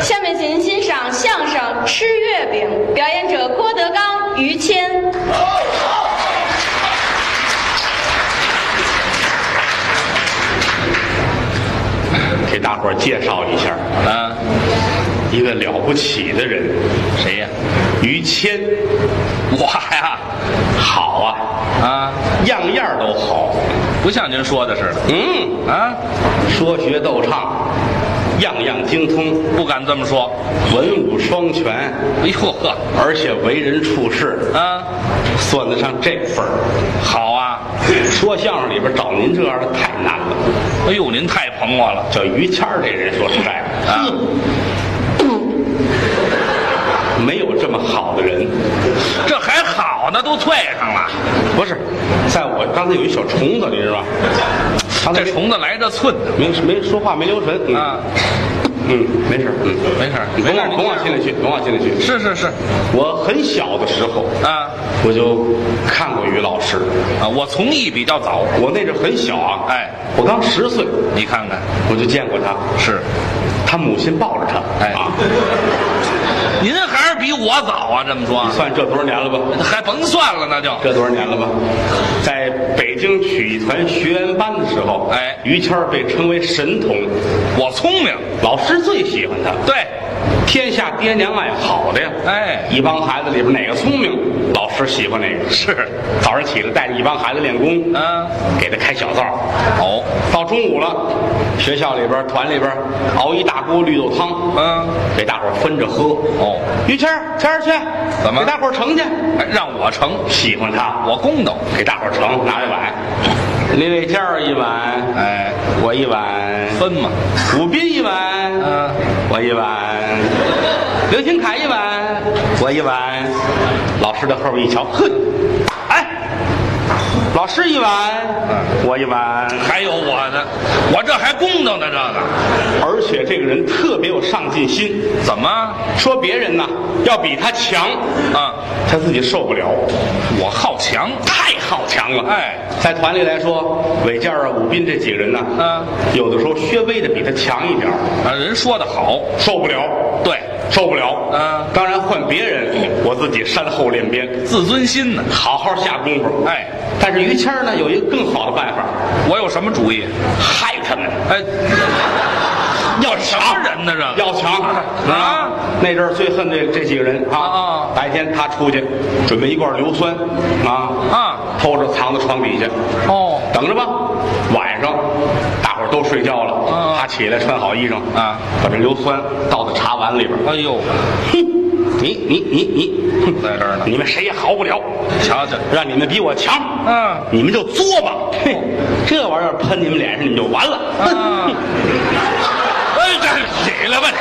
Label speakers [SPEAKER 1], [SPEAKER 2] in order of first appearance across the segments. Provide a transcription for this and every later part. [SPEAKER 1] 下面请您欣赏相声《吃月饼》，表演者郭德纲、于谦。
[SPEAKER 2] 给大伙儿介绍一下，
[SPEAKER 3] 啊，
[SPEAKER 2] 一个了不起的人，
[SPEAKER 3] 谁呀、
[SPEAKER 2] 于谦，
[SPEAKER 3] 我呀，
[SPEAKER 2] 好啊，
[SPEAKER 3] 啊，
[SPEAKER 2] 样样都好，
[SPEAKER 3] 不像您说的似的
[SPEAKER 2] 嗯，
[SPEAKER 3] 啊，
[SPEAKER 2] 说学逗唱，样样精通，
[SPEAKER 3] 不敢这么说。
[SPEAKER 2] 文武双全，
[SPEAKER 3] 哎呦呵，
[SPEAKER 2] 而且为人处事
[SPEAKER 3] 啊，
[SPEAKER 2] 算得上这份儿。
[SPEAKER 3] 好啊，
[SPEAKER 2] 说相声里边找您这样的太难了，
[SPEAKER 3] 哎呦，您太捧我了
[SPEAKER 2] 叫于谦儿这人说实在的，
[SPEAKER 3] 啊，
[SPEAKER 2] 没有这么好的人。
[SPEAKER 3] 这还好呢，都退上了。
[SPEAKER 2] 不是，在我刚才有一小虫子，你知道吗？刚才
[SPEAKER 3] 这虫子来的寸呢
[SPEAKER 2] 没没说话没留神，嗯、
[SPEAKER 3] 啊，
[SPEAKER 2] 嗯，没事，嗯，
[SPEAKER 3] 没事
[SPEAKER 2] 你甭
[SPEAKER 3] 没事
[SPEAKER 2] 往
[SPEAKER 3] 你
[SPEAKER 2] 甭往心里去，甭往心里去。
[SPEAKER 3] 是是是，
[SPEAKER 2] 我很小的时候，
[SPEAKER 3] 啊
[SPEAKER 2] 我就看过于老师。
[SPEAKER 3] 啊，我从艺比较早，
[SPEAKER 2] 我那阵很小啊，
[SPEAKER 3] 哎，
[SPEAKER 2] 我刚十岁，
[SPEAKER 3] 你看看，
[SPEAKER 2] 我就见过他。
[SPEAKER 3] 是，
[SPEAKER 2] 他母亲抱着他，
[SPEAKER 3] 哎
[SPEAKER 2] 啊，
[SPEAKER 3] 您还是比我早啊，这么说
[SPEAKER 2] 你，算这多少年了吧？
[SPEAKER 3] 还甭算了，那就
[SPEAKER 2] 这多少年了吧？在北京曲艺团学员班的时候，
[SPEAKER 3] 哎
[SPEAKER 2] 于谦儿被称为神童，
[SPEAKER 3] 我聪明，
[SPEAKER 2] 老师最喜欢他。
[SPEAKER 3] 对，
[SPEAKER 2] 天下爹娘爱好的呀，
[SPEAKER 3] 哎
[SPEAKER 2] 一帮孩子里边哪个聪明，老师喜欢哪个。
[SPEAKER 3] 是，
[SPEAKER 2] 早上起来带着一帮孩子练功，
[SPEAKER 3] 啊，
[SPEAKER 2] 给他开小灶。
[SPEAKER 3] 哦，
[SPEAKER 2] 到中午了，学校里边团里边熬一大锅绿豆汤，
[SPEAKER 3] 嗯，
[SPEAKER 2] 给大伙儿分着喝。
[SPEAKER 3] 哦，
[SPEAKER 2] 于谦儿，谦儿去，
[SPEAKER 3] 怎么
[SPEAKER 2] 给大伙儿盛去？
[SPEAKER 3] 还让我成，
[SPEAKER 2] 喜欢他，
[SPEAKER 3] 我公道，
[SPEAKER 2] 给大伙儿盛，拿着碗，李伟健儿一碗，
[SPEAKER 3] 哎，
[SPEAKER 2] 我一碗，
[SPEAKER 3] 分嘛，
[SPEAKER 2] 武斌一碗，
[SPEAKER 3] 嗯
[SPEAKER 2] 我一碗，刘新凯一碗，我一碗。老师在后边一瞧，哼，哎，老师一碗，我一碗。
[SPEAKER 3] 还有我呢，我这还公道呢，这个
[SPEAKER 2] 而且这个人特别有上进心，
[SPEAKER 3] 怎么
[SPEAKER 2] 说别人呢要比他强，
[SPEAKER 3] 啊？
[SPEAKER 2] 他自己受不了，
[SPEAKER 3] 我好强，
[SPEAKER 2] 太好强了。
[SPEAKER 3] 哎，
[SPEAKER 2] 在团里来说，韦健儿啊、武斌这几个人呢，
[SPEAKER 3] 嗯
[SPEAKER 2] 有的时候稍微的比他强一点儿，
[SPEAKER 3] 啊，人说的好，
[SPEAKER 2] 受不了。
[SPEAKER 3] 对，
[SPEAKER 2] 受不了。
[SPEAKER 3] 嗯
[SPEAKER 2] 当然换别人，我自己山后练鞭，
[SPEAKER 3] 自尊心呢？
[SPEAKER 2] 好好下功夫。
[SPEAKER 3] 哎，
[SPEAKER 2] 但是于谦儿呢，有一个更好的办法，
[SPEAKER 3] 我有什么主意？
[SPEAKER 2] 害他们，
[SPEAKER 3] 哎，
[SPEAKER 2] 要
[SPEAKER 3] 什么人呢？这个
[SPEAKER 2] 要强
[SPEAKER 3] 啊！
[SPEAKER 2] 那阵儿最恨这这几个人啊
[SPEAKER 3] 啊！
[SPEAKER 2] 白天他出去准备一罐硫酸啊
[SPEAKER 3] 啊，
[SPEAKER 2] 偷着藏到床底下，
[SPEAKER 3] 哦，
[SPEAKER 2] 等着吧。晚上大伙儿都睡觉了
[SPEAKER 3] 啊，
[SPEAKER 2] 他起来穿好衣裳
[SPEAKER 3] 啊，
[SPEAKER 2] 把这硫酸倒到茶碗里边儿。
[SPEAKER 3] 哎呦，
[SPEAKER 2] 哼，你你你你，哼
[SPEAKER 3] 在这儿呢
[SPEAKER 2] 你们谁也好不了。
[SPEAKER 3] 瞧瞧，
[SPEAKER 2] 让你们比我强，
[SPEAKER 3] 嗯
[SPEAKER 2] 你们就作吧，嘿，这玩意儿喷你们脸上，你们就完了。
[SPEAKER 3] 啊，哎，这起来吧你，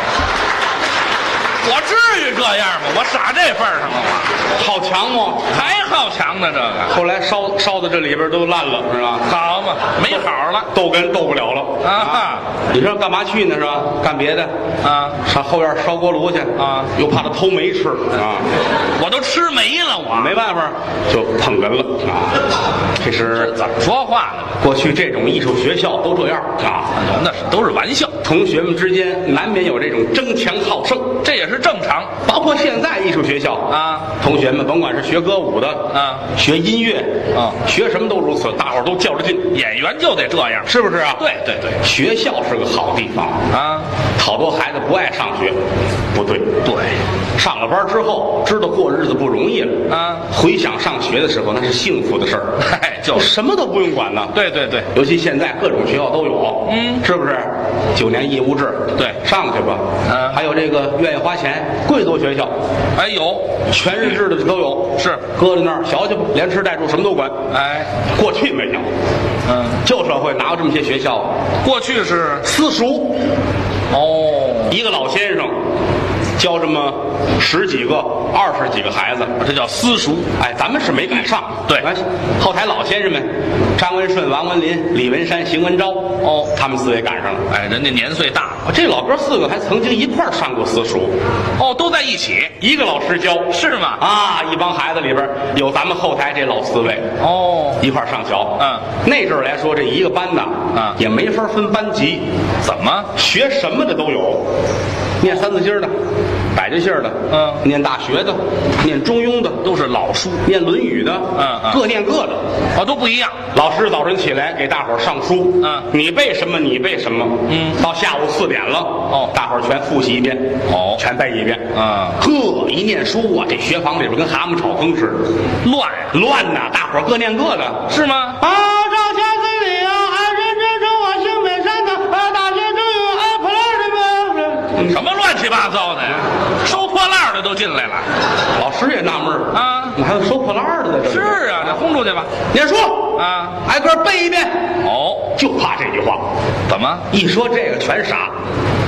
[SPEAKER 3] 我至于这样吗？我傻这份儿上了吗？
[SPEAKER 2] 好强哦！
[SPEAKER 3] 还好强呢，这个
[SPEAKER 2] 后来烧烧到这里边都烂了，是吧？
[SPEAKER 3] 好嘛，没好了
[SPEAKER 2] 逗哏逗不了了
[SPEAKER 3] 啊！
[SPEAKER 2] 你说干嘛去呢？是吧？干别的，
[SPEAKER 3] 啊！
[SPEAKER 2] 上后院烧锅炉去
[SPEAKER 3] 啊嗯
[SPEAKER 2] 又怕他偷煤吃啊，
[SPEAKER 3] 我都吃没了，我
[SPEAKER 2] 没办法就捧哏了啊。这是
[SPEAKER 3] 怎么说话呢？
[SPEAKER 2] 过去这种艺术学校都这样啊，
[SPEAKER 3] 那是都是玩笑，
[SPEAKER 2] 同学们之间难免有这种争强好胜。
[SPEAKER 3] 这也是正常。
[SPEAKER 2] 包括现在艺术学校
[SPEAKER 3] 啊，
[SPEAKER 2] 同学们甭管是学歌舞的
[SPEAKER 3] 啊
[SPEAKER 2] 学音乐
[SPEAKER 3] 啊
[SPEAKER 2] 学什么都如此，大伙儿都较着劲，
[SPEAKER 3] 演员就得这样，
[SPEAKER 2] 是不是啊？
[SPEAKER 3] 对对对，
[SPEAKER 2] 学校是个好地方，
[SPEAKER 3] 啊，
[SPEAKER 2] 好多孩子不爱上学，不对，
[SPEAKER 3] 对，
[SPEAKER 2] 上了班之后知道过日子不容易了
[SPEAKER 3] 啊
[SPEAKER 2] 回想上学的时候那是幸福的事儿，
[SPEAKER 3] 嗨， 就是，
[SPEAKER 2] 什么都不用管呢。
[SPEAKER 3] 对对对，
[SPEAKER 2] 尤其现在各种学校都有，
[SPEAKER 3] 嗯
[SPEAKER 2] 是不是？九年义务制，
[SPEAKER 3] 对
[SPEAKER 2] 上去吧。
[SPEAKER 3] 啊
[SPEAKER 2] 还有这个愿意花钱，贵族学校，
[SPEAKER 3] 哎有，
[SPEAKER 2] 全日制的都有，
[SPEAKER 3] 嗯是
[SPEAKER 2] 搁在那儿瞧瞧吧，连吃带住什么都管。
[SPEAKER 3] 哎，
[SPEAKER 2] 过去没有，
[SPEAKER 3] 嗯，
[SPEAKER 2] 旧社会哪有这么些学校？
[SPEAKER 3] 过去是
[SPEAKER 2] 私塾，
[SPEAKER 3] 哦，
[SPEAKER 2] 一个老先生教这么十几个、二十几个孩子。
[SPEAKER 3] 这叫私塾，
[SPEAKER 2] 哎，咱们是没赶上。
[SPEAKER 3] 对
[SPEAKER 2] 哎后台老先生们，张文顺、王文林、李文山、邢文昭，
[SPEAKER 3] 哦
[SPEAKER 2] 他们四位赶上了。哦
[SPEAKER 3] 哎，人家年岁大了，
[SPEAKER 2] 这老哥四个还曾经一块儿上过私塾，
[SPEAKER 3] 哦，都在一起，
[SPEAKER 2] 一个老师教
[SPEAKER 3] 是吗？
[SPEAKER 2] 啊，一帮孩子里边有咱们后台这老四位，
[SPEAKER 3] 哦，
[SPEAKER 2] 一块儿上学。
[SPEAKER 3] 嗯，
[SPEAKER 2] 那阵儿来说，这一个班呐，
[SPEAKER 3] 啊
[SPEAKER 2] 也没法分班级，
[SPEAKER 3] 怎么？
[SPEAKER 2] 学什么的都有。念三字经的，百家姓的，
[SPEAKER 3] 嗯
[SPEAKER 2] 念大学的，念中庸的，都是老书，念《论语》的，
[SPEAKER 3] 嗯嗯
[SPEAKER 2] 各念各的。
[SPEAKER 3] 哦，都不一样。
[SPEAKER 2] 老师早晨起来给大伙儿上书，
[SPEAKER 3] 嗯
[SPEAKER 2] 你背什么你背什么，
[SPEAKER 3] 嗯
[SPEAKER 2] 到下午四点了，
[SPEAKER 3] 哦
[SPEAKER 2] 大伙儿全复习一遍，
[SPEAKER 3] 哦
[SPEAKER 2] 全背一遍，
[SPEAKER 3] 啊
[SPEAKER 2] 呵，一念书啊，这学房里边跟蛤蟆炒风似的，
[SPEAKER 3] 乱呀
[SPEAKER 2] 乱呐，大伙儿各念各的，
[SPEAKER 3] 是吗？
[SPEAKER 2] 啊，赵钱孙李啊，俺人真称我姓本山的，啊，大学生有爱破烂的吗？
[SPEAKER 3] 什么乱七八糟的呀？收破烂的都进来了。
[SPEAKER 2] 老师也纳闷儿
[SPEAKER 3] 啊
[SPEAKER 2] 怎么还有收破烂儿的呢？这
[SPEAKER 3] 是啊，这轰出去吧。
[SPEAKER 2] 念书
[SPEAKER 3] 啊，
[SPEAKER 2] 挨个儿背一遍，
[SPEAKER 3] 哦，
[SPEAKER 2] 就怕这句话，
[SPEAKER 3] 怎么
[SPEAKER 2] 一说这个全傻，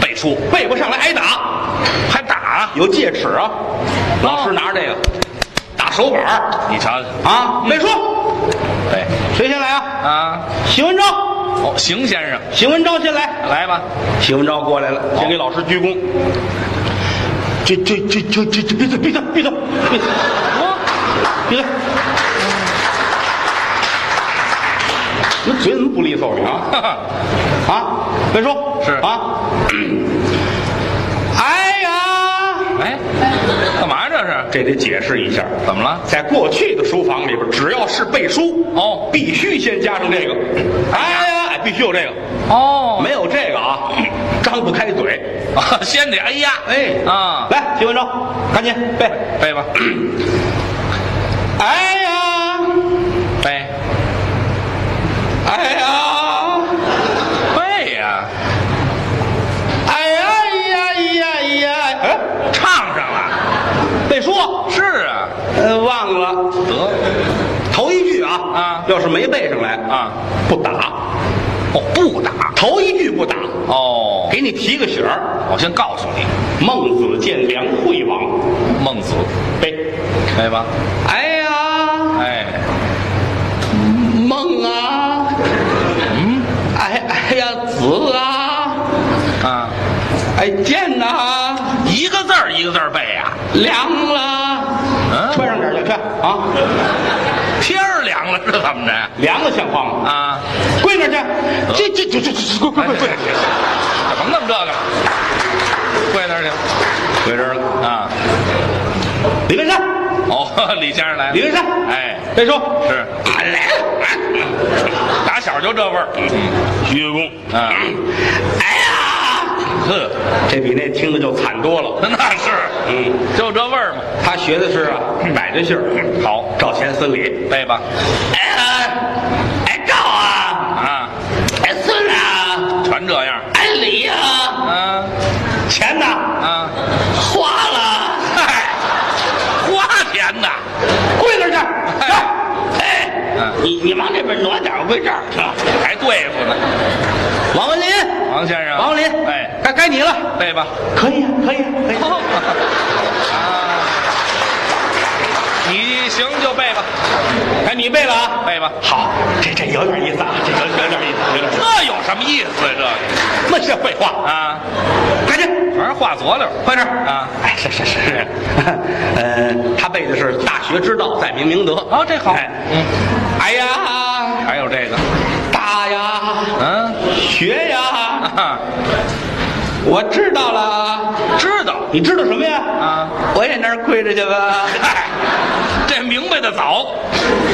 [SPEAKER 3] 背书
[SPEAKER 2] 背不上来挨打，
[SPEAKER 3] 还打？
[SPEAKER 2] 有戒尺啊，老师拿着这个打手板儿
[SPEAKER 3] 你瞧瞧，
[SPEAKER 2] 啊，背书，
[SPEAKER 3] 对
[SPEAKER 2] 谁先来啊？
[SPEAKER 3] 哎啊，
[SPEAKER 2] 邢文昭，
[SPEAKER 3] 哦，邢先生，
[SPEAKER 2] 邢文昭先来，
[SPEAKER 3] 来吧。
[SPEAKER 2] 邢文昭过来了，先给老师鞠躬。这这这这这这闭嘴闭嘴闭嘴闭嘴啊闭嘴！你嘴怎么不利索你啊？
[SPEAKER 3] 哈哈，
[SPEAKER 2] 啊，别说，
[SPEAKER 3] 是
[SPEAKER 2] 啊。哎呀，
[SPEAKER 3] 哎，干嘛这是？
[SPEAKER 2] 这得解释一下，
[SPEAKER 3] 怎么了？
[SPEAKER 2] 在过去的书房里边，只要是背书，
[SPEAKER 3] 哦
[SPEAKER 2] 必须先加上这个。哎呀，哎必须有这个，
[SPEAKER 3] 哦
[SPEAKER 2] 没有这个啊，张不开嘴。
[SPEAKER 3] 啊， 先得哎呀，
[SPEAKER 2] 哎
[SPEAKER 3] 啊，
[SPEAKER 2] 来，徐文昭，赶紧背。
[SPEAKER 3] 背吧，
[SPEAKER 2] 哎呀，
[SPEAKER 3] 背
[SPEAKER 2] 哎呀，
[SPEAKER 3] 背呀，
[SPEAKER 2] 哎呀哎呀哎呀哎呀，哎，
[SPEAKER 3] 唱上了。
[SPEAKER 2] 背书，
[SPEAKER 3] 是啊，
[SPEAKER 2] 呃，忘了。
[SPEAKER 3] 得，
[SPEAKER 2] 头一句啊
[SPEAKER 3] 啊
[SPEAKER 2] 要是没背上来
[SPEAKER 3] 啊，
[SPEAKER 2] 不打，
[SPEAKER 3] 哦，不打。
[SPEAKER 2] 头一句不打，
[SPEAKER 3] 哦，
[SPEAKER 2] 给你提个醒儿。
[SPEAKER 3] 我先告诉你，
[SPEAKER 2] 孟子见梁惠王，
[SPEAKER 3] 孟子，
[SPEAKER 2] 背，
[SPEAKER 3] 背吧。
[SPEAKER 2] 哎呀，
[SPEAKER 3] 哎，
[SPEAKER 2] 孟啊，
[SPEAKER 3] 嗯，
[SPEAKER 2] 哎哎呀，子啊，
[SPEAKER 3] 啊，
[SPEAKER 2] 哎见呐、
[SPEAKER 3] 一个字儿一个字儿背呀、
[SPEAKER 2] 凉了，
[SPEAKER 3] 嗯
[SPEAKER 2] 穿上点儿去去啊，
[SPEAKER 3] 天儿凉了是怎么着？
[SPEAKER 2] 凉了像话吗？
[SPEAKER 3] 啊，
[SPEAKER 2] 跪那儿去，这这这这这跪跪跪跪，
[SPEAKER 3] 怎么弄这个？跪那儿去
[SPEAKER 2] 跪这儿了。
[SPEAKER 3] 啊！
[SPEAKER 2] 李文山，
[SPEAKER 3] 哦， 李先生来
[SPEAKER 2] 李
[SPEAKER 3] 了，
[SPEAKER 2] 文山，
[SPEAKER 3] 哎，
[SPEAKER 2] 别说，
[SPEAKER 3] 是
[SPEAKER 2] 俺来了，
[SPEAKER 3] 打小就这味儿，嗯，
[SPEAKER 2] 鞠个躬。
[SPEAKER 3] 啊，
[SPEAKER 2] 哎呀，
[SPEAKER 3] 呵，
[SPEAKER 2] 这比那听着就惨多了。
[SPEAKER 3] 那是，
[SPEAKER 2] 嗯，
[SPEAKER 3] 就这味儿嘛。
[SPEAKER 2] 他学的是啊，百家姓儿
[SPEAKER 3] 好，
[SPEAKER 2] 赵钱孙李。
[SPEAKER 3] 背吧，
[SPEAKER 2] 哎呀，哎赵啊，
[SPEAKER 3] 啊，
[SPEAKER 2] 哎孙啊，
[SPEAKER 3] 全这样，
[SPEAKER 2] 哎李啊，
[SPEAKER 3] 啊
[SPEAKER 2] 钱呐，
[SPEAKER 3] 啊，
[SPEAKER 2] 花了，
[SPEAKER 3] 嗨，花钱呐，
[SPEAKER 2] 跪那儿去，来，哎，你你往这边挪点儿，我跪这儿。
[SPEAKER 3] 还对付呢。
[SPEAKER 2] 王文林，
[SPEAKER 3] 王先生，
[SPEAKER 2] 王文林，
[SPEAKER 3] 哎，，
[SPEAKER 2] 该该你了。
[SPEAKER 3] 背吧。
[SPEAKER 2] 可以啊，可以啊，可以啊。
[SPEAKER 3] 啊， 你行就背吧，
[SPEAKER 2] 哎，你背了啊？
[SPEAKER 3] 背吧。
[SPEAKER 2] 好，这这有点意思啊，这有有点意思，有点意思。
[SPEAKER 3] 这有什么意思呀、
[SPEAKER 2] 那是废
[SPEAKER 3] 这个
[SPEAKER 2] 话，
[SPEAKER 3] 啊，
[SPEAKER 2] 赶紧，
[SPEAKER 3] 反正话佐料，
[SPEAKER 2] 快点
[SPEAKER 3] 啊！
[SPEAKER 2] 哎，是是是是，呃，他背的是《大学之道，在明明德》。
[SPEAKER 3] 哦这好
[SPEAKER 2] 哎，
[SPEAKER 3] 嗯，
[SPEAKER 2] 哎呀，
[SPEAKER 3] 还有这个，
[SPEAKER 2] 大呀，
[SPEAKER 3] 嗯、
[SPEAKER 2] 学呀，
[SPEAKER 3] 啊，
[SPEAKER 2] 我知道了。
[SPEAKER 3] 知道，
[SPEAKER 2] 你知道什么呀？
[SPEAKER 3] 啊，
[SPEAKER 2] 我也那儿跪着去吧。
[SPEAKER 3] 嗨，哎这明白的早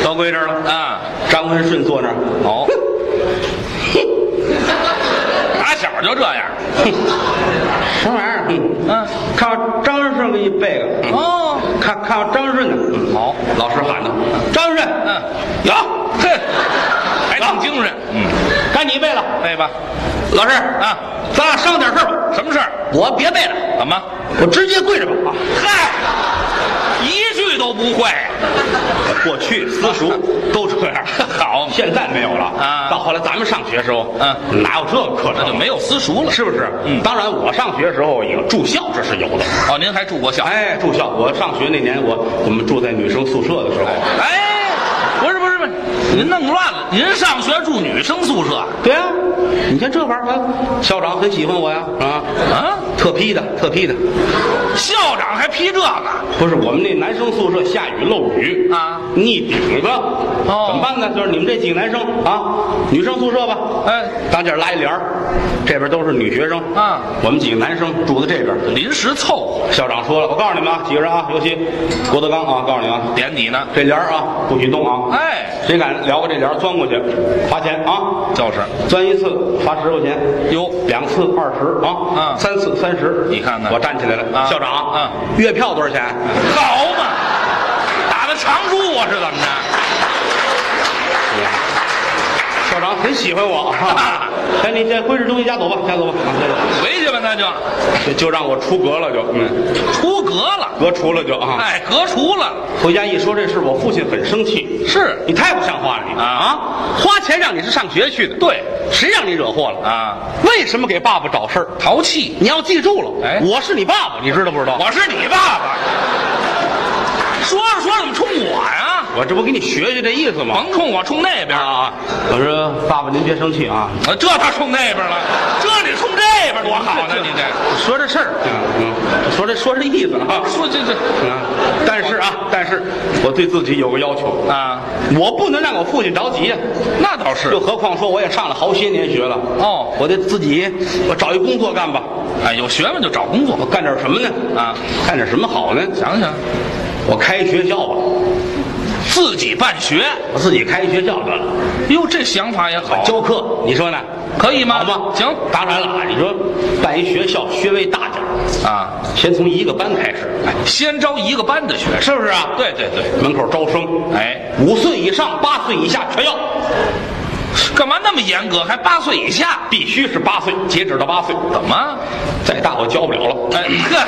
[SPEAKER 2] 都跪这儿了。
[SPEAKER 3] 啊，
[SPEAKER 2] 张文顺坐那儿，
[SPEAKER 3] 哦，打小就这样，
[SPEAKER 2] 什么玩意儿？嗯，
[SPEAKER 3] 嗯、
[SPEAKER 2] 看我张文顺给你背个。嗯
[SPEAKER 3] 哦，
[SPEAKER 2] 看看我张顺呢？嗯
[SPEAKER 3] 好，
[SPEAKER 2] 老师喊他，张哎顺，
[SPEAKER 3] 嗯，
[SPEAKER 2] 有，
[SPEAKER 3] 哼，还挺精神，嗯，
[SPEAKER 2] 该你背了。
[SPEAKER 3] 背吧，
[SPEAKER 2] 老师
[SPEAKER 3] 啊，
[SPEAKER 2] 咱俩商量点事儿吧。
[SPEAKER 3] 什么事儿？
[SPEAKER 2] 我别背了，
[SPEAKER 3] 怎么？
[SPEAKER 2] 我直接跪着吧。
[SPEAKER 3] 嗨，一句都不会，
[SPEAKER 2] 过去私塾都这 样，
[SPEAKER 3] 好
[SPEAKER 2] 现在没有了
[SPEAKER 3] 啊
[SPEAKER 2] 到后来咱们上学时候，
[SPEAKER 3] 嗯
[SPEAKER 2] 哪有这个课
[SPEAKER 3] 那就
[SPEAKER 2] 程？啊
[SPEAKER 3] 没有私塾了。
[SPEAKER 2] 是不是？
[SPEAKER 3] 嗯
[SPEAKER 2] 当然，我上学的时候也住校，这是有的。
[SPEAKER 3] 哦，您还住过校？
[SPEAKER 2] 哎，住校！我上学那年，我我们住在女生宿舍的时候，
[SPEAKER 3] 哎，不是不是不是，您弄乱了。您上学住女生宿舍
[SPEAKER 2] 对啊，你看这玩意儿，校长很喜欢我呀，啊，
[SPEAKER 3] 啊？
[SPEAKER 2] 特批的，特批的，
[SPEAKER 3] 校长还批这个？
[SPEAKER 2] 不是我们那男生宿舍下雨漏雨
[SPEAKER 3] 啊
[SPEAKER 2] 逆顶子，
[SPEAKER 3] 哦
[SPEAKER 2] 怎么办呢？就是你们这几个男生啊，女生宿舍吧，
[SPEAKER 3] 哎
[SPEAKER 2] 当间拉一帘儿，这边都是女学生
[SPEAKER 3] 啊，
[SPEAKER 2] 我们几个男生住在这边。
[SPEAKER 3] 临时凑合，
[SPEAKER 2] 校长说了，我告诉你们啊，几个人啊，尤其郭德纲啊，告诉你啊，
[SPEAKER 3] 点你呢。
[SPEAKER 2] 这帘儿啊不许动啊，
[SPEAKER 3] 哎，
[SPEAKER 2] 谁敢撩过这帘儿钻过去，罚钱啊，
[SPEAKER 3] 就是，
[SPEAKER 2] 钻一次罚十块钱，
[SPEAKER 3] 哟
[SPEAKER 2] 两次二十啊，
[SPEAKER 3] 嗯
[SPEAKER 2] 三次三十，
[SPEAKER 3] 你看看
[SPEAKER 2] 我站起来了，
[SPEAKER 3] 啊
[SPEAKER 2] 校长，
[SPEAKER 3] 嗯，
[SPEAKER 2] 月票多少钱？
[SPEAKER 3] 好嘛，打的长处我是怎么着？
[SPEAKER 2] 校长很喜欢我， 哎，你先回市中一家走吧，家走吧，啊家走吧
[SPEAKER 3] 回去吧，那就
[SPEAKER 2] 就就让我出格了就，嗯，
[SPEAKER 3] 出格了，
[SPEAKER 2] 革除了就啊，
[SPEAKER 3] 哎，革除了，
[SPEAKER 2] 回家一说这事，我父亲很生气，
[SPEAKER 3] 是
[SPEAKER 2] 你太不像话了你
[SPEAKER 3] 啊
[SPEAKER 2] 花钱让你是上学去的，
[SPEAKER 3] 对，
[SPEAKER 2] 谁让你惹祸了？
[SPEAKER 3] 啊，
[SPEAKER 2] 为什么给爸爸找事儿？
[SPEAKER 3] 淘气，
[SPEAKER 2] 你要记住了，
[SPEAKER 3] 哎
[SPEAKER 2] 我是你爸爸，你知道不知道？
[SPEAKER 3] 我是你爸爸。说着说着怎么冲我呀？
[SPEAKER 2] 我这不给你学学这意思吗？
[SPEAKER 3] 甭冲我，冲那边
[SPEAKER 2] 啊！啊！我说爸爸您别生气啊，
[SPEAKER 3] 啊这他冲那边了，这你冲这边多好呢！你这
[SPEAKER 2] 说这事儿，嗯，说这说这意思啊。
[SPEAKER 3] 说这这
[SPEAKER 2] 嗯，但是啊，但是我对自己有个要求，
[SPEAKER 3] 啊，
[SPEAKER 2] 我不能让我父亲着急呀。啊
[SPEAKER 3] 那倒是
[SPEAKER 2] 更何况说我也上了好些年学了，
[SPEAKER 3] 哦
[SPEAKER 2] 我得自己我找一工作干吧。
[SPEAKER 3] 哎，有学问就找工
[SPEAKER 2] 我
[SPEAKER 3] 作，
[SPEAKER 2] 干点什么呢？
[SPEAKER 3] 啊，
[SPEAKER 2] 干点什么好呢？
[SPEAKER 3] 想想
[SPEAKER 2] 我开一学校吧，
[SPEAKER 3] 自己办学，
[SPEAKER 2] 我自己开一学校得了，
[SPEAKER 3] 哟，这想法也好，
[SPEAKER 2] 教课，你说呢？
[SPEAKER 3] 可以吗？
[SPEAKER 2] 好哦吗？
[SPEAKER 3] 行
[SPEAKER 2] 当然了，你说办一学校，学位大点儿，
[SPEAKER 3] 啊，
[SPEAKER 2] 先从一个班开始，哎，
[SPEAKER 3] 先招一个班的学生，
[SPEAKER 2] 是不是啊？
[SPEAKER 3] 对对对，
[SPEAKER 2] 门口招生，
[SPEAKER 3] 哎，
[SPEAKER 2] 五岁以上、八岁以下全要，
[SPEAKER 3] 干嘛那么严格？还八岁以下？
[SPEAKER 2] 必须是八岁，截止到八岁，
[SPEAKER 3] 怎么？
[SPEAKER 2] 再大我教不了了。
[SPEAKER 3] 哎呵，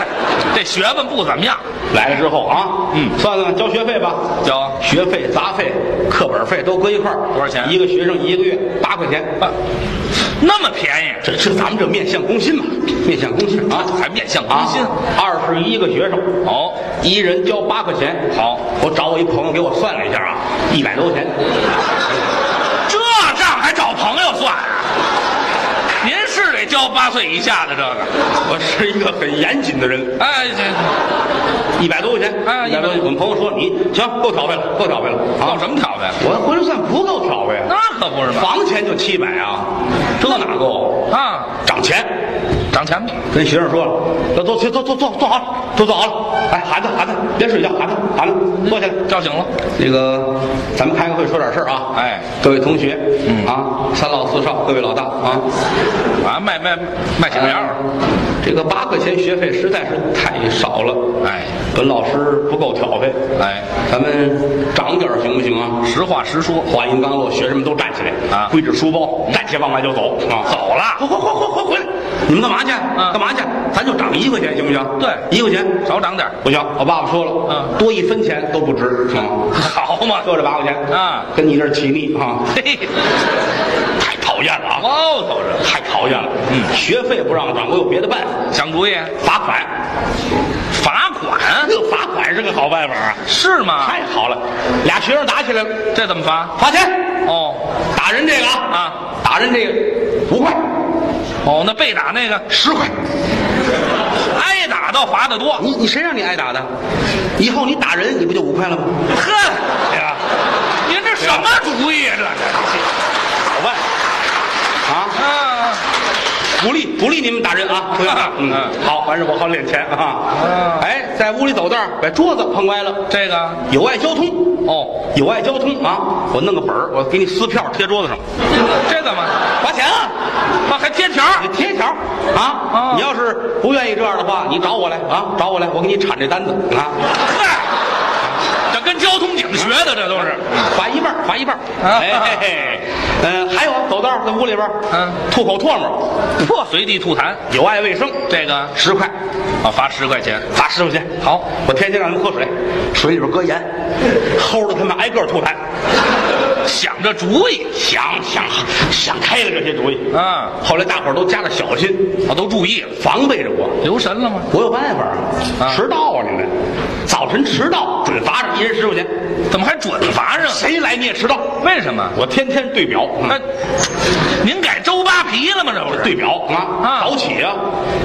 [SPEAKER 3] 这学问不怎么样，
[SPEAKER 2] 来了之后啊，
[SPEAKER 3] 嗯
[SPEAKER 2] 算了，交学费吧，
[SPEAKER 3] 交
[SPEAKER 2] 学费、杂费、课本费都搁一块儿，
[SPEAKER 3] 多少钱
[SPEAKER 2] 一个学生一个月八块钱，
[SPEAKER 3] 啊那么便宜，
[SPEAKER 2] 这是咱们这面向工薪嘛，面向工薪啊，
[SPEAKER 3] 还面向工
[SPEAKER 2] 啊
[SPEAKER 3] 薪？，
[SPEAKER 2] 二十一个学生，
[SPEAKER 3] 哦，
[SPEAKER 2] 一人交八块钱。
[SPEAKER 3] 好，
[SPEAKER 2] 我找我一朋友给我算了一下啊，一百多块钱。
[SPEAKER 3] 这账还找朋友算啊？您是得教八岁以下的这个，
[SPEAKER 2] 我是一个很严谨的人，
[SPEAKER 3] 哎，这
[SPEAKER 2] 一百多块钱，
[SPEAKER 3] 哎
[SPEAKER 2] 一百多块钱。我们朋友说你行，够挑费了，够挑费了
[SPEAKER 3] 闹
[SPEAKER 2] 啊！
[SPEAKER 3] 什么挑呗？
[SPEAKER 2] 我回头算不够挑费啊，
[SPEAKER 3] 那可不是嘛，
[SPEAKER 2] 房钱就七百啊，这哪够？
[SPEAKER 3] 啊，
[SPEAKER 2] 涨钱，
[SPEAKER 3] 涨钱吧。
[SPEAKER 2] 跟学生说了，都坐坐坐坐坐好了，都坐好了。哎，孩子孩子，别睡觉，孩子孩子，坐下来。
[SPEAKER 3] 叫醒了，
[SPEAKER 2] 那个，咱们开个会说点事儿啊！
[SPEAKER 3] 哎，
[SPEAKER 2] 各位同学，
[SPEAKER 3] 嗯
[SPEAKER 2] 啊，三老四少，各位老大啊，
[SPEAKER 3] 啊，卖卖卖小棉袄，
[SPEAKER 2] 这个八块钱学费实在是太少了，
[SPEAKER 3] 哎
[SPEAKER 2] 本老师不够挑费，
[SPEAKER 3] 哎，
[SPEAKER 2] 咱们涨点儿行不行啊？
[SPEAKER 3] 实话实说，
[SPEAKER 2] 话音刚落，学生们都站起来
[SPEAKER 3] 啊
[SPEAKER 2] 挥着书包，站起来往外就走啊，
[SPEAKER 3] 走
[SPEAKER 2] 回
[SPEAKER 3] 了，
[SPEAKER 2] 回回回回回来！你们干嘛去？
[SPEAKER 3] 嗯
[SPEAKER 2] 干嘛去？咱就涨一块钱行不行？
[SPEAKER 3] 对
[SPEAKER 2] 一块钱
[SPEAKER 3] 少涨点儿，
[SPEAKER 2] 不行。我爸爸说了，
[SPEAKER 3] 嗯
[SPEAKER 2] 多一分钱都不值，啊，
[SPEAKER 3] 好嘛，
[SPEAKER 2] 就这八块钱
[SPEAKER 3] 啊
[SPEAKER 2] 跟你这儿起腻啊，
[SPEAKER 3] 嘿，
[SPEAKER 2] 太讨厌了啊！
[SPEAKER 3] 哦，头着，
[SPEAKER 2] 太讨厌了。
[SPEAKER 3] 嗯
[SPEAKER 2] 学费不让涨，我有别的办法，
[SPEAKER 3] 想主意，
[SPEAKER 2] 罚款。
[SPEAKER 3] 罚款
[SPEAKER 2] 这罚款是个好办法啊，
[SPEAKER 3] 是吗？
[SPEAKER 2] 太好了。俩学生打起来了，
[SPEAKER 3] 这怎么罚？
[SPEAKER 2] 罚钱，
[SPEAKER 3] 哦
[SPEAKER 2] 打人这个啊
[SPEAKER 3] 啊，
[SPEAKER 2] 打人这个五块、
[SPEAKER 3] 哦，那被打那个
[SPEAKER 2] 十块。
[SPEAKER 3] 挨打倒罚的多，
[SPEAKER 2] 你你谁让你挨打的？以后你打人你不就五块了吗？
[SPEAKER 3] 呵，哎
[SPEAKER 2] 对吧？
[SPEAKER 3] 您这什么主意啊？这
[SPEAKER 2] 好办啊，
[SPEAKER 3] 是啊，
[SPEAKER 2] 鼓励鼓励你们打人啊！不要 打嗯，好，完事我好敛钱啊
[SPEAKER 3] 啊。
[SPEAKER 2] 哎，在屋里走道儿把桌子碰歪了，
[SPEAKER 3] 这个
[SPEAKER 2] 有碍交通。
[SPEAKER 3] 哦，
[SPEAKER 2] 有碍交通啊！我弄个本儿，我给你撕票贴桌子上，
[SPEAKER 3] 这怎么？
[SPEAKER 2] 罚钱啊！
[SPEAKER 3] 啊，还贴条
[SPEAKER 2] 你贴一条啊！
[SPEAKER 3] 哦
[SPEAKER 2] 你要是不愿意这样的话，你找我来啊，找我来，我给你铲这单子啊！
[SPEAKER 3] 嗨，这跟交通警学的，这都是
[SPEAKER 2] 罚一半儿，罚一半儿。
[SPEAKER 3] 啊
[SPEAKER 2] 哎嘿嘿，嗯，还有啊走道儿在屋里边儿，
[SPEAKER 3] 嗯
[SPEAKER 2] 吐口唾沫，
[SPEAKER 3] 破随地吐痰，
[SPEAKER 2] 有碍卫生，
[SPEAKER 3] 这个啊
[SPEAKER 2] 十块，
[SPEAKER 3] 罚十块钱，
[SPEAKER 2] 罚十块钱。
[SPEAKER 3] 好，
[SPEAKER 2] 我天天让他们喝水，水里边搁盐，齁着他们挨个儿吐痰。
[SPEAKER 3] 想着主意
[SPEAKER 2] 想想想开了这些主意，
[SPEAKER 3] 啊，
[SPEAKER 2] 后来大伙儿都加了小心，
[SPEAKER 3] 我都注意了，
[SPEAKER 2] 防备着我。
[SPEAKER 3] 留神了吗？
[SPEAKER 2] 我有办法啊！
[SPEAKER 3] 啊
[SPEAKER 2] 迟到啊，你们！早晨迟到准罚着，一人十块钱。
[SPEAKER 3] 怎么还准罚上了？
[SPEAKER 2] 谁来你也迟到。
[SPEAKER 3] 为什么？
[SPEAKER 2] 我天天对表，
[SPEAKER 3] 那、您改周八皮了吗？这不是
[SPEAKER 2] 对表啊，
[SPEAKER 3] 啊
[SPEAKER 2] 早起啊，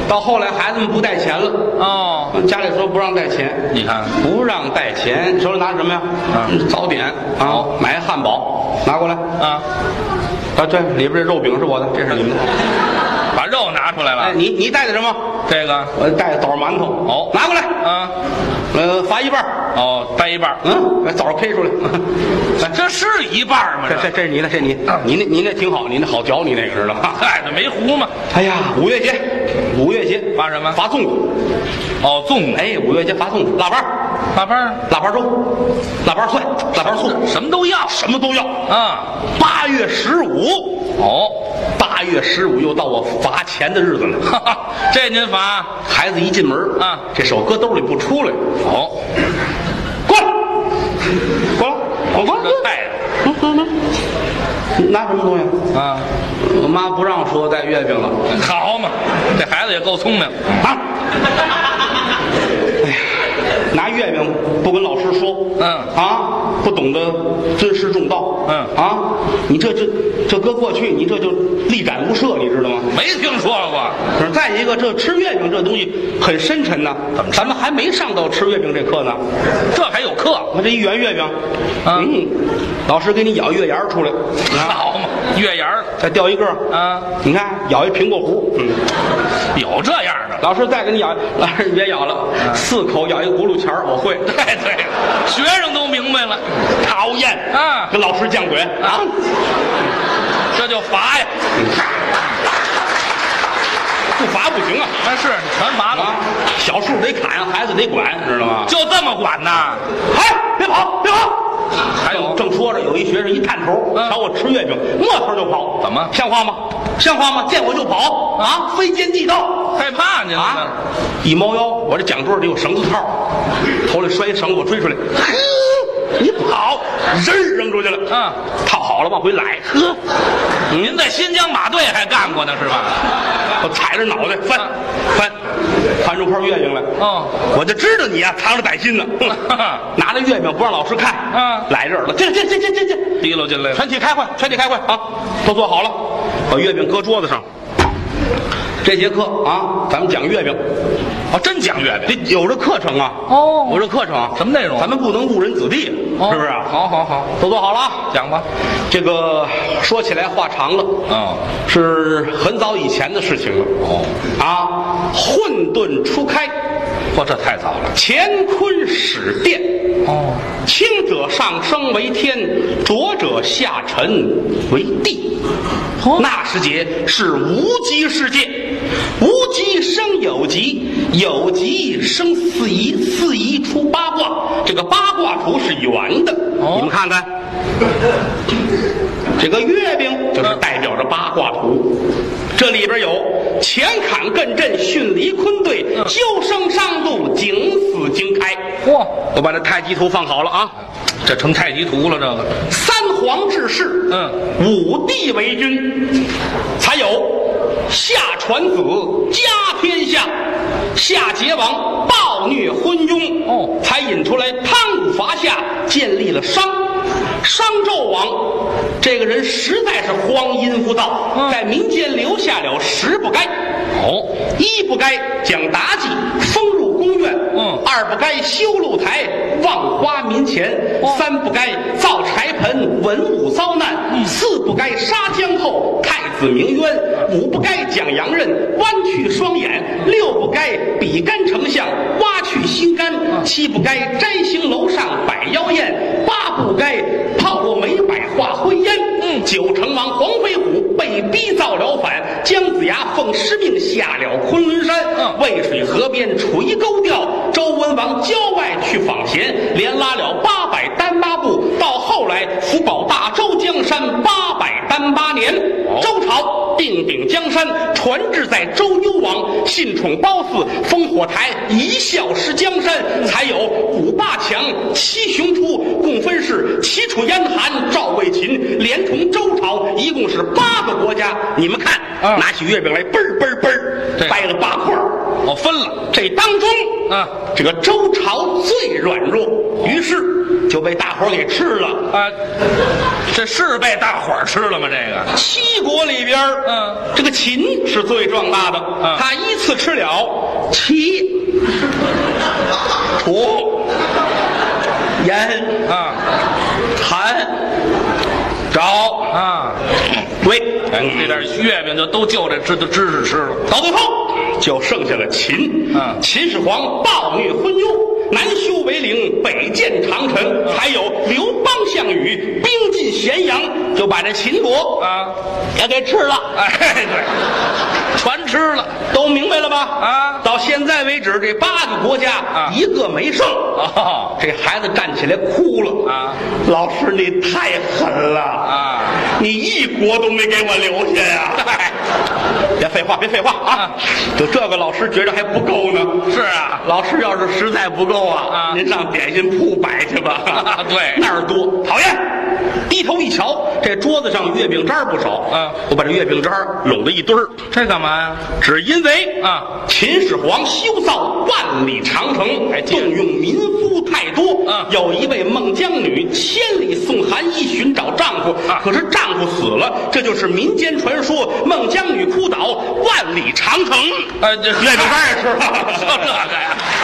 [SPEAKER 2] 到后来孩子们不带钱了，
[SPEAKER 3] 哦，
[SPEAKER 2] 家里说不让带钱，
[SPEAKER 3] 你看
[SPEAKER 2] 不让带钱，手里拿什么呀？
[SPEAKER 3] 嗯
[SPEAKER 2] 早点啊，买汉堡拿过来
[SPEAKER 3] 啊，
[SPEAKER 2] 啊，对，里边这肉饼是我的，这是你们的。
[SPEAKER 3] 把肉拿出来了，
[SPEAKER 2] 哎，你你带的什么？
[SPEAKER 3] 这个
[SPEAKER 2] 我带的枣馒头。
[SPEAKER 3] 哦
[SPEAKER 2] 拿过来。
[SPEAKER 3] 啊，
[SPEAKER 2] 呃，罚一半儿。
[SPEAKER 3] 哦，掰一半儿，哎
[SPEAKER 2] 嗯，把枣 K 出来。来，
[SPEAKER 3] 这是一半儿吗？
[SPEAKER 2] 这 这
[SPEAKER 3] 这
[SPEAKER 2] 这是你的，这是你的
[SPEAKER 3] 啊，
[SPEAKER 2] 你那你那挺好，你那好嚼，你那个知道吗？
[SPEAKER 3] 嗨，这没糊吗？
[SPEAKER 2] 哎呀，五月节，五月节
[SPEAKER 3] 发什么
[SPEAKER 2] 发粽子。
[SPEAKER 3] 哦，粽子，
[SPEAKER 2] 哎，五月节发粽子，腊八儿，
[SPEAKER 3] 八瓣儿，
[SPEAKER 2] 腊八粥，腊八蒜，腊八醋，
[SPEAKER 3] 什么都要
[SPEAKER 2] 什么都要。
[SPEAKER 3] 啊。
[SPEAKER 2] 八月十五，
[SPEAKER 3] 哦，
[SPEAKER 2] 八月十五又到我罚钱的日子了。
[SPEAKER 3] 哈哈，这您罚
[SPEAKER 2] 孩子一进门
[SPEAKER 3] 啊
[SPEAKER 2] 这手搁兜里不出来，
[SPEAKER 3] 哦，
[SPEAKER 2] 过来，过来，我过来
[SPEAKER 3] 这，带着
[SPEAKER 2] 嗯嗯嗯拿什么东西？
[SPEAKER 3] 啊，
[SPEAKER 2] 我妈不让说带月饼了
[SPEAKER 3] 好嘛，这孩子也够聪明
[SPEAKER 2] 啊！哎呀，拿月饼不跟老师说，
[SPEAKER 3] 嗯
[SPEAKER 2] 啊，不懂得尊师重道，
[SPEAKER 3] 嗯
[SPEAKER 2] 啊，你这这这搁过去，你这就力展无赦，你知道吗？
[SPEAKER 3] 没听说过，
[SPEAKER 2] 可是再一个，这吃月饼这东西很深沉呐、
[SPEAKER 3] 怎么
[SPEAKER 2] 咱们还没上到吃月饼这课呢。
[SPEAKER 3] 这还有课，
[SPEAKER 2] 我这一圆月饼，
[SPEAKER 3] 啊
[SPEAKER 2] 嗯，老师给你咬一月牙儿出 来，啊，
[SPEAKER 3] 好嘛，月牙儿
[SPEAKER 2] 再掉一个，
[SPEAKER 3] 啊，
[SPEAKER 2] 你看咬一苹果核，嗯，
[SPEAKER 3] 有这样的，
[SPEAKER 2] 老师再给你咬，老师你别咬了，
[SPEAKER 3] 嗯
[SPEAKER 2] 四口咬一轱辘钱儿，我会。
[SPEAKER 3] 对哎对，学生都明白了，
[SPEAKER 2] 讨厌
[SPEAKER 3] 啊
[SPEAKER 2] 跟老师犟嘴啊！
[SPEAKER 3] 这就罚呀，
[SPEAKER 2] 不罚不行啊！
[SPEAKER 3] 那哎是全罚
[SPEAKER 2] 啊
[SPEAKER 3] 了，，
[SPEAKER 2] 小树得砍，孩子得管，知道吗？
[SPEAKER 3] 就这么管呐？哎
[SPEAKER 2] 哎，别跑，别跑！
[SPEAKER 3] 还有
[SPEAKER 2] 正正说着，有一学生一探头，
[SPEAKER 3] 嗯
[SPEAKER 2] 瞧我吃月饼，抹头就跑，
[SPEAKER 3] 怎么
[SPEAKER 2] 像话吗？像话吗？见我就跑啊，非奸即盗
[SPEAKER 3] 害怕你
[SPEAKER 2] 啊
[SPEAKER 3] 了？！
[SPEAKER 2] 一猫腰，我这讲桌里有绳子套，头里拴一绳子，我追出来，呵，你跑，人儿扔出去了，
[SPEAKER 3] 啊，
[SPEAKER 2] 套好了往回来，呵，
[SPEAKER 3] 您在新疆马队还干过呢是吧？
[SPEAKER 2] 我踩着脑袋翻
[SPEAKER 3] 啊
[SPEAKER 2] 翻，翻出块月饼来，
[SPEAKER 3] 哦，
[SPEAKER 2] 我就知道你呀、藏着歹 心呢，
[SPEAKER 3] 嗯
[SPEAKER 2] 哼拿着月饼不让老师看，
[SPEAKER 3] 啊
[SPEAKER 2] 来这儿了，进进进进进进。
[SPEAKER 3] 提溜进来了，
[SPEAKER 2] 全体开会，全体开会啊！都坐好了，把月饼搁桌子上。这节课啊，咱们讲月饼，
[SPEAKER 3] 哦，真讲月
[SPEAKER 2] 得
[SPEAKER 3] 饼，
[SPEAKER 2] 有这课程啊。
[SPEAKER 3] 哦
[SPEAKER 2] 有这课程啊，
[SPEAKER 3] 什么内容啊
[SPEAKER 2] 咱们不能误人子弟，
[SPEAKER 3] 哦
[SPEAKER 2] 是不是啊？
[SPEAKER 3] 好好好，
[SPEAKER 2] 都坐好了啊。
[SPEAKER 3] 讲吧。
[SPEAKER 2] 这个说起来话长了，
[SPEAKER 3] 哦，
[SPEAKER 2] 是很早以前的事情了。哦，啊，混沌初开，
[SPEAKER 3] 嚯，这太早了。
[SPEAKER 2] 乾坤始变。
[SPEAKER 3] 哦，
[SPEAKER 2] 轻者上升为天，浊者下沉为地。那时节是无极世界，无极生有极，有极生四仪，四仪出八卦。这个八卦图是圆的，
[SPEAKER 3] 哦
[SPEAKER 2] 你们看看，这个月饼就是代表着八卦图。这里边有乾坎艮震巽离坤兑纠生伤度井死经开。
[SPEAKER 3] 嚯，
[SPEAKER 2] 我把这太极图放好了啊。
[SPEAKER 3] 这成太极图了，这个
[SPEAKER 2] 三皇治世，
[SPEAKER 3] 嗯，
[SPEAKER 2] 五帝为君，才有夏传子家天下，夏桀王暴虐昏庸，
[SPEAKER 3] 哦
[SPEAKER 2] 才引出来汤武伐夏，建立了商。商纣王这个人实在是荒淫无道，
[SPEAKER 3] 嗯
[SPEAKER 2] 在民间留下了十不该。
[SPEAKER 3] 哦，
[SPEAKER 2] 一不该讲妲己，封入宫院；
[SPEAKER 3] 嗯
[SPEAKER 2] 二不该修露台，妄花民钱；
[SPEAKER 3] 哦
[SPEAKER 2] 三不该造柴盆，文武遭难；
[SPEAKER 3] 嗯
[SPEAKER 2] 四不该杀姜后，太子鸣冤；
[SPEAKER 3] 嗯
[SPEAKER 2] 五不该讲洋人，弯曲双眼；六不该比干丞相，挖去心肝；
[SPEAKER 3] 嗯
[SPEAKER 2] 七不该摘星楼上摆妖宴；八不该泡落梅柏化灰烟。嗯，九成王黄飞虎被逼造了反，姜子牙奉师命下了昆仑山。
[SPEAKER 3] 嗯
[SPEAKER 2] 渭水河边垂钩钓，周文王郊外去访贤，连拉了八百单八步。到后来，福保大周江山八百单八年，周朝定鼎江山，传至在周幽王，信宠褒姒，烽火台一笑失江山，才有五霸强，七雄出，共分是齐楚燕韩赵魏秦，连同周朝，一共是八个国家。你们看，
[SPEAKER 3] 嗯
[SPEAKER 2] 拿起月饼来，嘣儿嘣儿嘣儿
[SPEAKER 3] 对
[SPEAKER 2] 掰了八块儿。
[SPEAKER 3] 我哦分了。
[SPEAKER 2] 这当中
[SPEAKER 3] 啊
[SPEAKER 2] 这个周朝最软弱，于是就被大伙儿给吃了。
[SPEAKER 3] 啊，这是被大伙儿吃了吗？这个
[SPEAKER 2] 七国里边儿
[SPEAKER 3] 嗯，
[SPEAKER 2] 这个秦是最壮大的，
[SPEAKER 3] 嗯
[SPEAKER 2] 他依次吃了 齐、楚、燕、
[SPEAKER 3] 啊
[SPEAKER 2] 韩、赵、
[SPEAKER 3] 啊，
[SPEAKER 2] 魏，
[SPEAKER 3] 哎，这点月饼就都就着吃，就知识吃了。
[SPEAKER 2] 到最后就剩下了秦。
[SPEAKER 3] 嗯
[SPEAKER 2] 秦始皇暴虐昏庸，南修为陵，北建长城，还有刘邦、项羽兵进咸阳，就把这秦国
[SPEAKER 3] 啊
[SPEAKER 2] 也给吃了。
[SPEAKER 3] 哎，对，全吃了。
[SPEAKER 2] 都明白了吧？
[SPEAKER 3] 啊
[SPEAKER 2] 到现在为止，这八个国家、
[SPEAKER 3] 啊
[SPEAKER 2] 一个没剩。
[SPEAKER 3] 哦
[SPEAKER 2] 这孩子站起来哭了
[SPEAKER 3] 啊！
[SPEAKER 2] 老师，你太狠了啊！
[SPEAKER 3] 啊，
[SPEAKER 2] 你一国都没给我留下呀、
[SPEAKER 3] 嗨
[SPEAKER 2] 别废话，别废话啊
[SPEAKER 3] 啊！
[SPEAKER 2] 就这个老师觉着还不够呢。
[SPEAKER 3] 是啊，
[SPEAKER 2] 老师要是实在不够啊，
[SPEAKER 3] 啊
[SPEAKER 2] 您上点心铺摆去吧。
[SPEAKER 3] 对
[SPEAKER 2] 那儿多讨厌。低头一瞧，这桌子上月饼渣儿不少。
[SPEAKER 3] 啊
[SPEAKER 2] 我把这月饼渣儿拢到一堆儿，
[SPEAKER 3] 这干嘛呀？
[SPEAKER 2] 只因为
[SPEAKER 3] 啊
[SPEAKER 2] 秦始皇修造万里长城，哎，动用民夫太多。
[SPEAKER 3] 啊
[SPEAKER 2] 有一位孟姜女千里送寒衣寻找丈夫，
[SPEAKER 3] 啊
[SPEAKER 2] 可是丈夫死了，这就是民间传说。孟姜女哭倒万里长城，
[SPEAKER 3] 哎这
[SPEAKER 2] 月饼干也吃了，
[SPEAKER 3] 就这个呀。